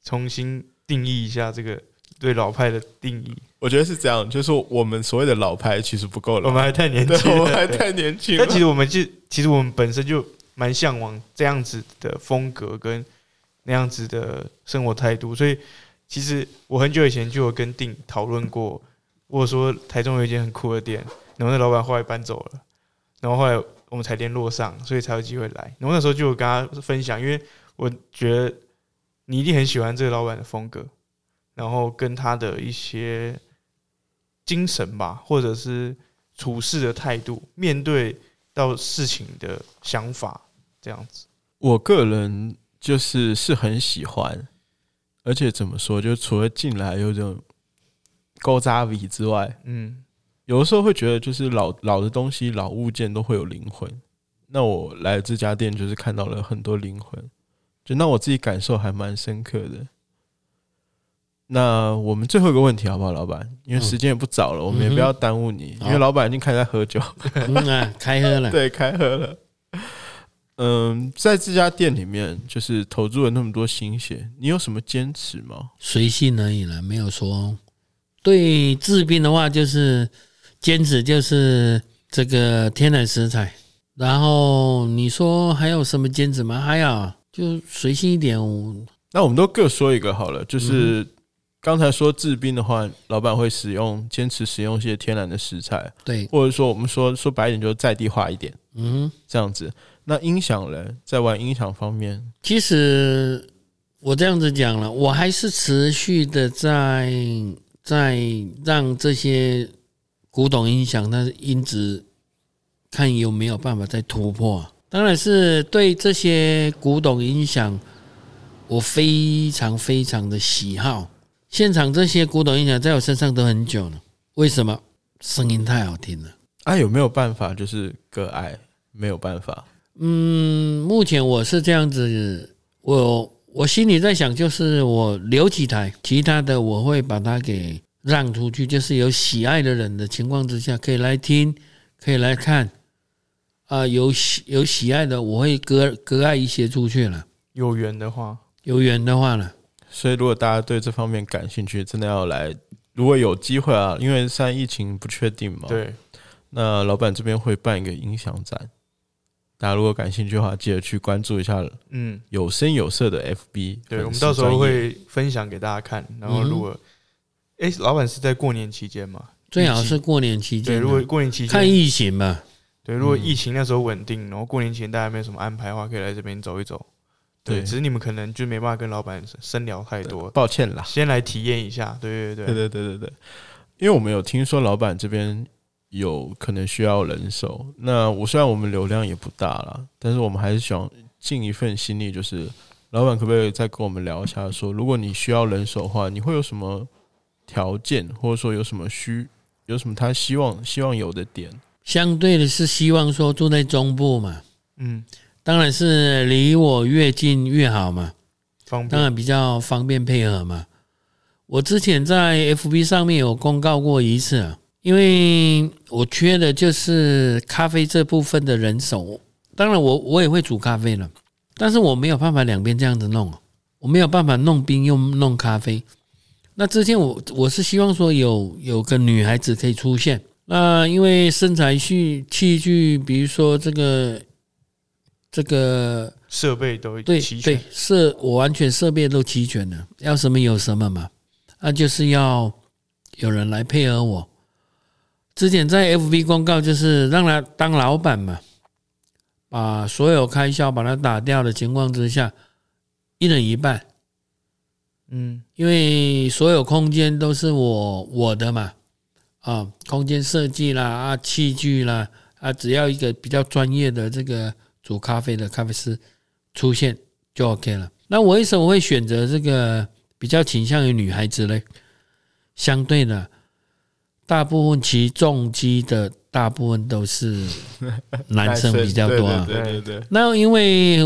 重新定义一下这个对老派的定义。我觉得是这样，就是我们所谓的老牌其实不够我老，们还太年对，轻我了，们还对太年轻了 但。其实我们就其实我们本身就蛮向往这样子的风格跟那样子的生活态度，所以其实我很久以前就有跟定讨论过，我有说台中有一间很酷的店，然后那老板后来搬走了，然后后来我们才联络上，所以才有机会来。然后那时候就有跟他分享，因为我觉得你一定很喜欢这个老板的风格，然后跟他的一些精神吧，或者是处事的态度，面对到事情的想法，这样子。我个人就是是很喜欢，而且怎么说，就除了进来有种勾扎比之外，嗯，有的时候会觉得就是老老的东西、老物件都会有灵魂。那我来这家店就是看到了很多灵魂，就那我自己感受还蛮深刻的。那我们最后一个问题好不好，老板？因为时间也不早了，我们也嗯不哼要耽误你，因为好老板已经开始在喝酒。嗯啊，开喝 了。对，开喝了。嗯，在这家店里面，就是投入了那么多心血，你有什么坚持吗？随性而已了，没有说。对治病的话，就是坚持就是这个天然食材。然后你说还有什么坚持吗？还有就随性一点。我那我们都各说一个好了。就是刚才说制冰的话，老板会使用坚持使用一些天然的食材，对，或者说我们说说白一点，就是在地化一点嗯，这样子。那音响嘞，在玩音响方面，其实我这样子讲了，我还是持续的在在让这些古董音响它的音质看有没有办法再突破。当然是对这些古董音响，我非常非常的喜好。现场这些古董音响在我身上都很久了，为什么？声音太好听了。啊，有没有办法就是割爱？没有办法，嗯，目前我是这样子，我我心里在想，就是我留几台，其他的我会把它给让出去，就是有喜爱的人的情况之下，可以来听，可以来看，啊、有喜有喜爱的，我会割割爱一些出去了，有缘的话，有缘的话了，所以如果大家对这方面感兴趣，真的要来。如果有机会啊，因为现在疫情不确定嘛，，对，那老板这边会办一个音响展，大家如果感兴趣的话，记得去关注一下嗯，有声有色的 FB 粉丝专页。嗯对，我们到时候会分享给大家看。然后如果，哎、老板是在过年期间嘛？最好是过年期对，间如果啊过年期看间，疫情吧。对，如果嗯疫情那时候稳定，然后过年前大家没有什么安排的话，可以来这边走一走。对，对只是你们可能就没办法跟老板深聊太多，抱歉啦，先来体验一下。对对对对对对对，因为我们有听说老板这边有可能需要人手，那我虽然我们流量也不大啦，但是我们还是想尽一份心力，就是老板可不可以再跟我们聊一下说，如果你需要人手的话，你会有什么条件，或者说有什么需有什么他希望希望有的点？相对的是希望说住在中部嘛，嗯，当然是离我越近越好嘛。方当便。然比较方便配合嘛。我之前在 FB 上面有公告过一次、啊，因为我缺的就是咖啡这部分的人手。当然我，我也会煮咖啡了，但是我没有办法两边这样子弄，啊我没有办法弄冰又弄咖啡。那之前我我是希望说有有个女孩子可以出现，那因为身材器器具，比如说这个这个设备都对齐对全，，设我完全设备都齐全了，要什么有什么嘛，那、就是要有人来配合我。之前在 FB 公告就是让他当老板嘛，把所有开销把它打掉的情况之下，一人一半，嗯，因为所有空间都是我我的嘛，啊，空间设计啦，啊，器具啦，啊，只要一个比较专业的这个煮咖啡的咖啡师出现就 OK 了。那我为什么会选择这个比较倾向于女孩子嘞？相对的，大部分骑重机的大部分都是男生比较多、啊，对对对对那因为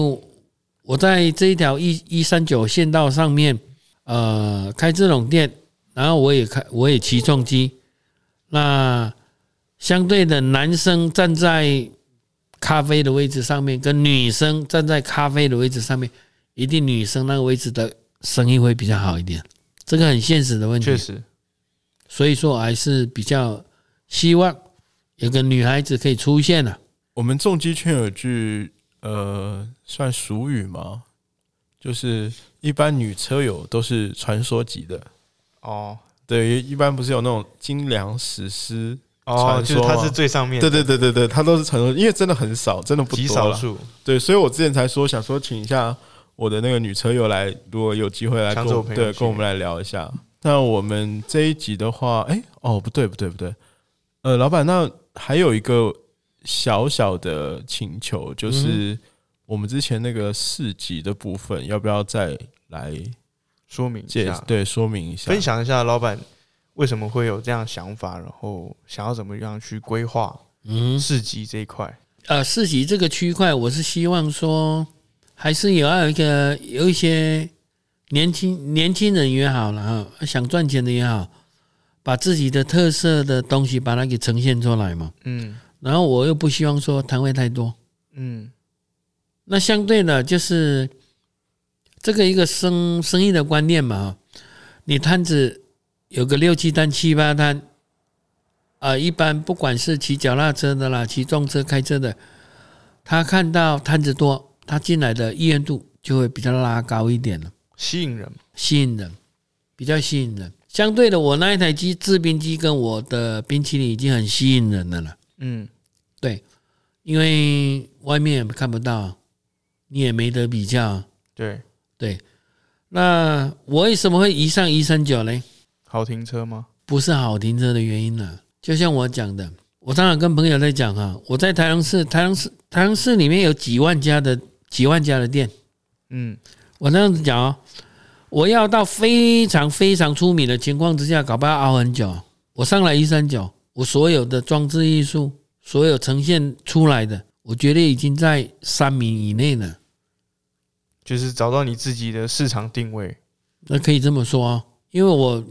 我在这一条一一三九县道上面，呃，开这种店，然后我也开，我也骑重机。那相对的，男生站在咖啡的位置上面，跟女生站在咖啡的位置上面，一定女生那个位置的生意会比较好一点，这个很现实的嗯问题。确实，所以说，我还是比较希望有个女孩子可以出现了、啊我们重机圈有句呃，算俗语吗？就是一般女车友都是传说级的，哦对，一般不是有那种精良史诗？哦，传就是说它嘛是最上面对的，对对对对，它都是传说，因为真的很少，真的不极多少了。数，对，所以我之前才说想说请一下我的那个女车友来，如果有机会来跟抢我走们朋友对去跟我们来聊一下。那我们这一集的话，哎、哦不对不对不对，呃，老板，那还有一个小小的请求，嗯就是我们之前那个市集的部分，要不要再来说明一介下，对说明一下？分享一下老板为什么会有这样的想法，然后想要怎么样去规划嗯，市集这一块。呃，市集这个区块，我是希望说，还是有要有一个有一些年轻年轻人也好了哈，想赚钱的也好，把自己的特色的东西把它给呈现出来嘛。嗯然后我又不希望说摊位太多，嗯，那相对的就是这个一个生生意的观念嘛哈，你摊子有个六七摊七八摊，啊、一般不管是骑脚踏车的啦，骑重车、开车的，他看到摊子多，他进来的意愿度就会比较拉高一点了，吸引人。吸引人，比较吸引人。相对的，我那一台机制冰机跟我的冰淇淋已经很吸引人了了。嗯，因为外面也看不到，你也没得比较。对，对，那我为什么会移上一三九呢？好停车吗？啊不是好停车的原因呢、就像我讲的，我常常跟朋友在讲啊，我在台中市，台中市，台中市里面有几万家的几万家的店。嗯，我那样子讲哦，我要到非常非常出名的情况之下，搞不好熬很久。我上来一三九，我所有的装置艺术，所有呈现出来的，我觉得已经在三米以内了。就是找到你自己的市场定位。那可以这么说哦，因为我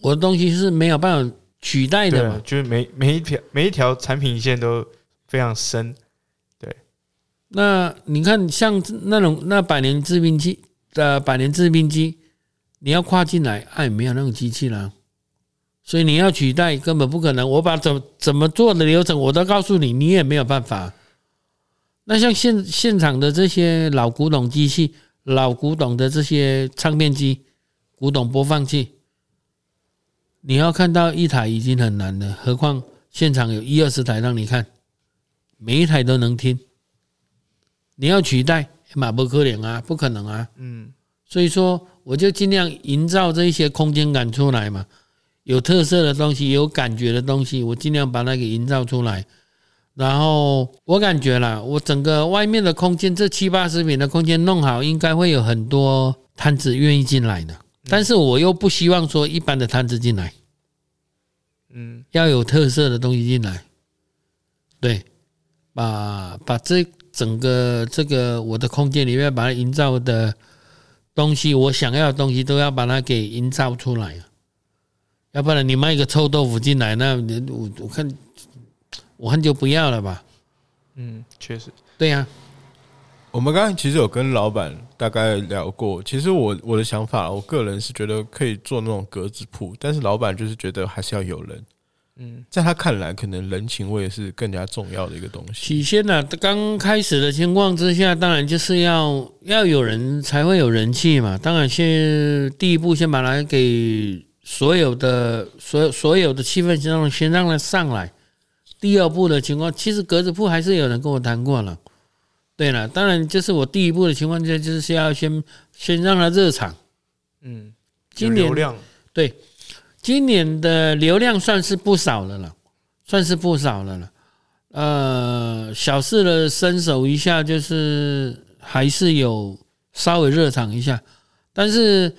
我的东西是没有办法取代对的啊嘛。，就是每每一条每一条产品线都非常深。那你看，像那种那百年制冰机的百年制冰机，你要跨进来，哎，没有那种机器啦，所以你要取代根本不可能。我把怎怎么做的流程我都告诉你，你也没有办法。那像现现场的这些老古董机器、老古董的这些唱片机、古董播放器，你要看到一台已经很难了，何况现场有一二十台让你看，每一台都能听。你要取代马不可能啊，不可能啊。嗯，所以说，我就尽量营造这一些空间感出来嘛，有特色的东西，有感觉的东西，我尽量把它给营造出来。然后我感觉啦，我整个外面的空间，这七八十平的空间弄好，应该会有很多摊子愿意进来的。但是我又不希望说一般的摊子进来，嗯，要有特色的东西进来。对，把把这整个这个我的空间里面，把它营造的东西，我想要的东西都要把它给营造出来啊。要不然你卖一个臭豆腐进来，那你我我看我看就不要了吧。嗯，确实，对啊呀、我们刚才其实有跟老板大概聊过，其实我我的想法，我个人是觉得可以做那种格子铺，但是老板就是觉得还是要有人，嗯，在他看来，可能人情味是更加重要的一个东西。起先呢、刚开始的情况之下，当然就是要要有人才会有人气嘛。当然先第一步先把它给所有的所有所有的气氛先让先让它上来。第二步的情况，其实格子铺还是有人跟我谈过了。对了，当然就是我第一步的情况下，就是要先先让它热场。嗯，今有年流量，今年的流量算是不少了了，算是不少了了。呃，小事的伸手一下，就是还是有稍微热场一下，但是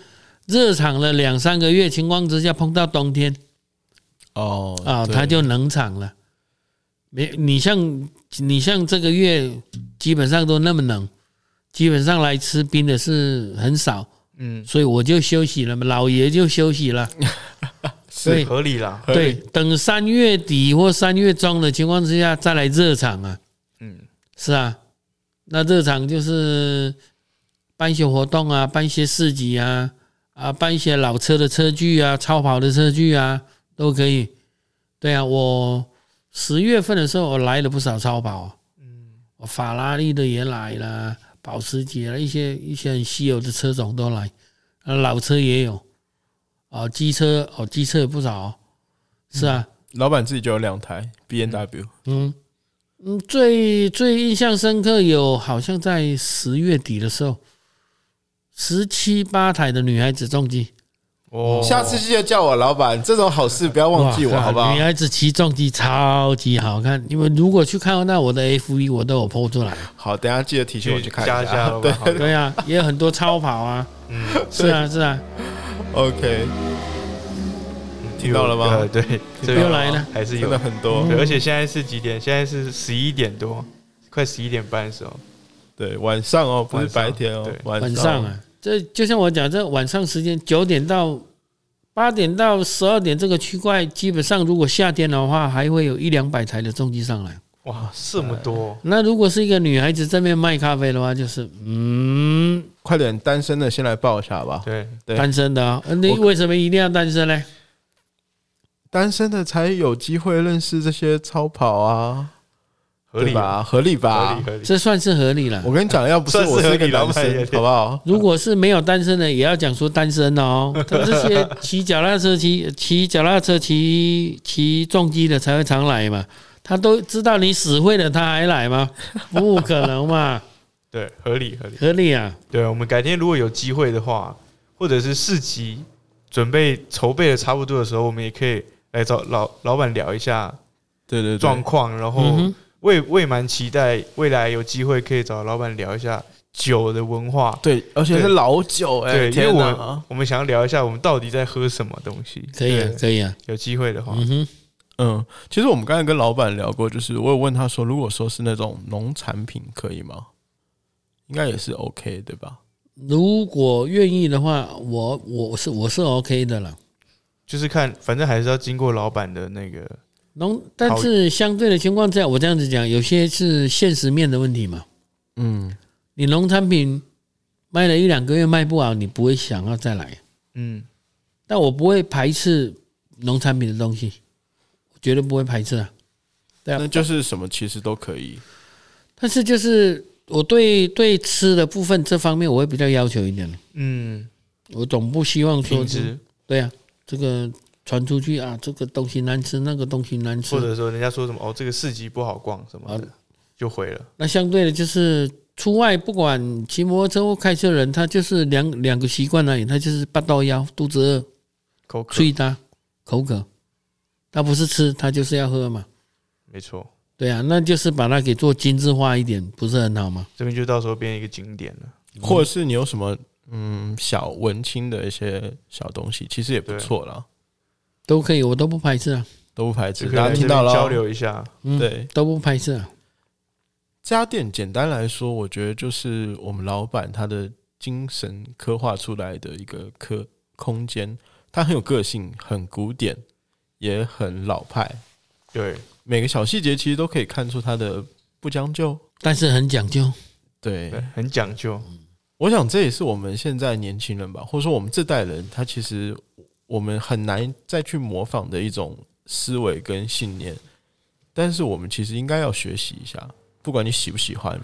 热场了两三个月情况之下，碰到冬天哦啊，对它就冷场了。没，你像你像这个月基本上都那么冷，基本上来吃冰的是很少，嗯，所以我就休息了嘛，老爷就休息了。所以是合理啦。合对理，等三月底或三月中的情况之下再来热场啊，嗯，是啊，那热场就是办一些活动啊，办一些市集啊，啊，办一些老车的车具啊，超跑的车具啊，都可以。对啊，我十月份的时候我来了不少超跑，嗯，我法拉利的也来了，保时捷了一些一些很稀有的车种都来，啊，老车也有，啊，机车哦，机车也不少哦、是啊，老板自己就有两台 B N W，嗯，嗯，最最印象深刻有好像在十月底的时候，十七八台的女孩子重机，哦，下次记得叫我老板，这种好事不要忘记我，哇啊好不好女？孩子骑重机超级好看，你们如果去看到我的 FV，我都有 PO 出来。好，等一下记得提醒我去看一加加下。了对吧，好的对啊，也有很多超跑 啊，嗯，是啊是啊， ，OK，听到了吗呃对，这个又来了还是真有的。很多。对，而且现在是几点？现在是十一点多，快十一点半的时候。对，晚上哦，不是晚上白天哦对，晚晚上上。啊，这就像我讲，这晚上时间九点到八点到十二点这个区块，基本上如果夏天的话，还会有一两百台的重机上来。哇，这么多！那如果是一个女孩子在那边卖咖啡的话，就是嗯，快点，单身的先来报一下吧。对，对单身的啊，呃你为什么一定要单身呢？单身的才有机会认识这些超跑啊，合理对？吧？合理合吧理？合理。这算是合理了。我跟你讲，要不是算是我是一个合理老男板也生，对好不好？如果是没有单身的，也要讲说单身 哦。他这些骑脚踏车、骑骑脚踏车、骑骑重机的才会常来嘛。他都知道你死会了，他还来吗？不可能嘛，对，合理合理。合理啊。对，我们改天如果有机会的话，或者是市集准备筹备的差不多的时候，我们也可以来找老老板聊一下对对状对，况，然后嗯哼我也我也蛮期待未来有机会可以找老板聊一下酒的文化。对，而且是对老酒哎、对，因为天哪我我们想要聊一下我们到底在喝什么东西。可以啊对，可以啊，有机会的话，嗯哼，嗯，其实我们刚才跟老板聊过，就是我有问他说，如果说是那种农产品可以吗？应该也是 OK 对吧？如果愿意的话，我我是我是 OK 的啦。就是看，反正还是要经过老板的那个。农，但是相对的情况下，我这样子讲，有些是现实面的问题嘛。嗯，你农产品卖了一两个月卖不好，你不会想要再来。嗯，但我不会排斥农产品的东西，我绝对不会排斥啊。对啊那，就是什么其实都可以。但是就是我对对吃的部分这方面，我会比较要求一点。嗯，我总不希望说品，质，对啊，这个传出去啊，这个东西难吃，那个东西难吃或，者说人家说什么哦，这个市集不好逛什么啊的，就毁了。那相对的，就是出外不管骑摩托车或开车的人，他就是两两个习惯而已，他就是八到腰、肚子饿、口渴，嘴大、口渴，他不是吃，他就是要喝嘛。没错，对啊，那就是把它给做精致化一点，不是很好吗？这边就到时候变一个景点了。或者是你有什么嗯小文青的一些小东西，其实也不错啦，都可以，我都不排斥啊，都不排斥。就可以大家来这听边到了，哦交。流一下。嗯，，对，都不排斥啊。家电简单来说，我觉得就是我们老板他的精神刻画出来的一个刻空间，他很有个性，很古典，也很老派，对，每个小细节其实都可以看出他的不将就。但是很讲究，对，对很讲究。我想这也是我们现在年轻人吧，或者说我们这代人，他其实我们很难再去模仿的一种思维跟信念。但是我们其实应该要学习一下，不管你喜不喜欢，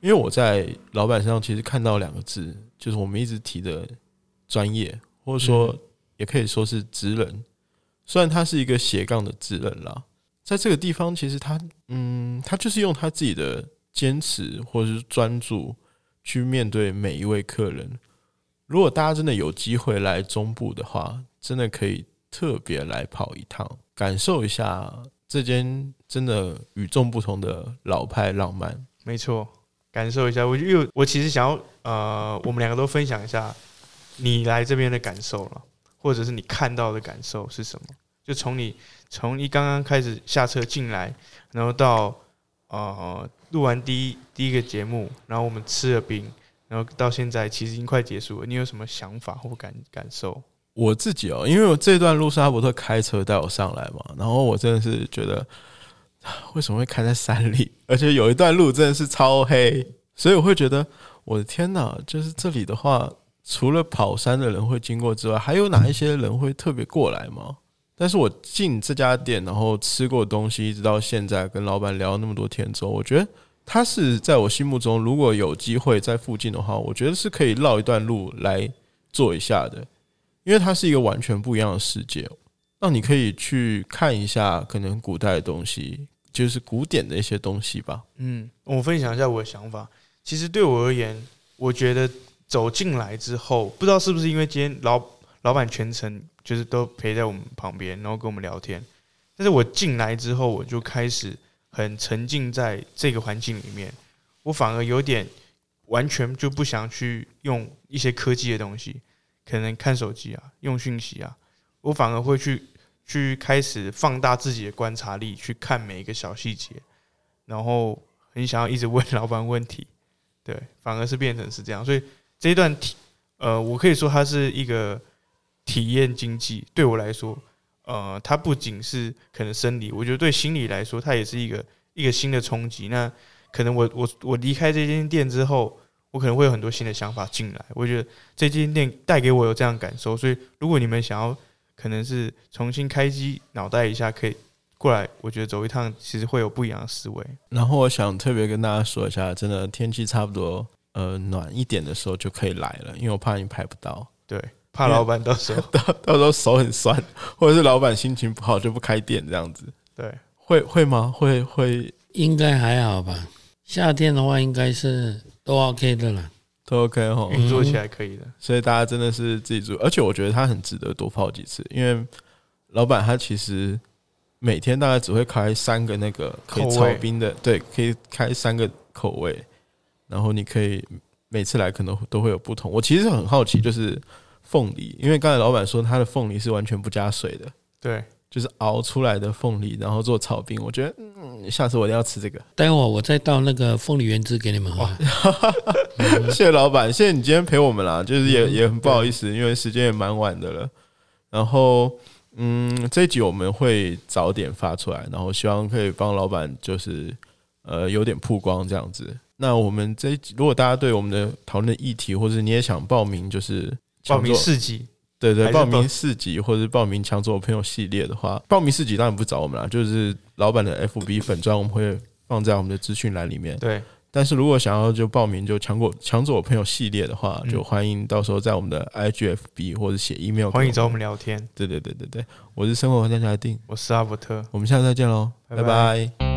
因为我在老板身上其实看到两个字，就是我们一直提的专业，或者说也可以说是职人。虽然他是一个斜杠的职人啦，在这个地方其实他，嗯，他就是用他自己的坚持或者是专注，去面对每一位客人。如果大家真的有机会来中部的话，真的可以特别来跑一趟，感受一下这间真的与众不同的老派浪漫。没错，感受一下。我就因为我其实想要呃，我们两个都分享一下你来这边的感受了，或者是你看到的感受是什么？就从你从你刚刚开始下车进来，然后到呃录完第一第一个节目，然后我们吃了冰，然后到现在其实已经快结束了，你有什么想法或感感受？我自己哦，因为我这段路是阿伯特开车带我上来嘛，然后我真的是觉得 啊为什么会开在山里，而且有一段路真的是超黑，所以我会觉得我的天哪，就是这里的话，除了跑山的人会经过之外，还有哪一些人会特别过来吗？但是我进这家店，然后吃过东西，一直到现在跟老板聊那么多天之后，我觉得他是在我心目中，如果有机会在附近的话，我觉得是可以绕一段路来做一下的。因为它是一个完全不一样的世界，让你可以去看一下可能古代的东西，就是古典的一些东西吧。嗯，我分享一下我的想法。其实对我而言，我觉得走进来之后，不知道是不是因为今天老老板全程就是都陪在我们旁边，然后跟我们聊天。但是我进来之后，我就开始很沉浸在这个环境里面，我反而有点完全就不想去用一些科技的东西，可能看手机啊、用讯息啊，我反而会去去开始放大自己的观察力，去看每一个小细节。然后很想要一直问老板问题， 对，反而是变成是这样。所以这一段体，呃，我可以说它是一个体验经济，对我来说，呃，它不仅是可能生理，我觉得对心理来说，它也是一个一个新的冲击。那可能我我我离开这间店之后，我可能会有很多新的想法进来。我觉得这间店带给我有这样的感受，所以如果你们想要，可能是重新开机脑袋一下，可以过来，我觉得走一趟其实会有不一样的思维。然后我想特别跟大家说一下，真的天气差不多呃暖一点的时候就可以来了，因为我怕你排不到， 对，怕老板到时候到时候手很酸，或者是老板心情不好就不开店这样子，对会会吗？会会应该还好吧。夏天的话，应该是都 OK 的啦。都 OK 哦。运作起来可以的。所以大家真的是自己住，而且我觉得他很值得多泡几次，因为老板他其实每天大概只会开三个那个可以口味超冰的，对，可以开三个口味，然后你可以每次来可能都会有不同。我其实很好奇，就是凤梨，因为刚才老板说他的凤梨是完全不加水的，对，就是熬出来的凤梨，然后做炒冰。我觉得，嗯，下次我一定要吃这个。待会儿我再到那个凤梨原汁给你们喝。 谢谢老板，谢谢你今天陪我们啦，就是嗯也也很不好意思，因为时间也蛮晚的了。然后，嗯，这一集我们会早点发出来，然后希望可以帮老板就是呃有点曝光这样子。那我们这一集，如果大家对我们的讨论的议题，或者你也想报名，就是报名抢座市集，对还对，是报报名四级或者是报名抢走我朋友系列的话，报名四级当然不找我们啦，就是老板的 FB 粉砖我们会放在我们的资讯栏里面。对，但是如果想要就报名就抢过抢走我朋友系列的话，嗯就欢迎到时候在我们的 IGFB 或者写 email 欢迎给找我我们们。聊天。对对对对对，我是生活玩家家定，我是阿伯特，我们下次再见喽，拜拜拜拜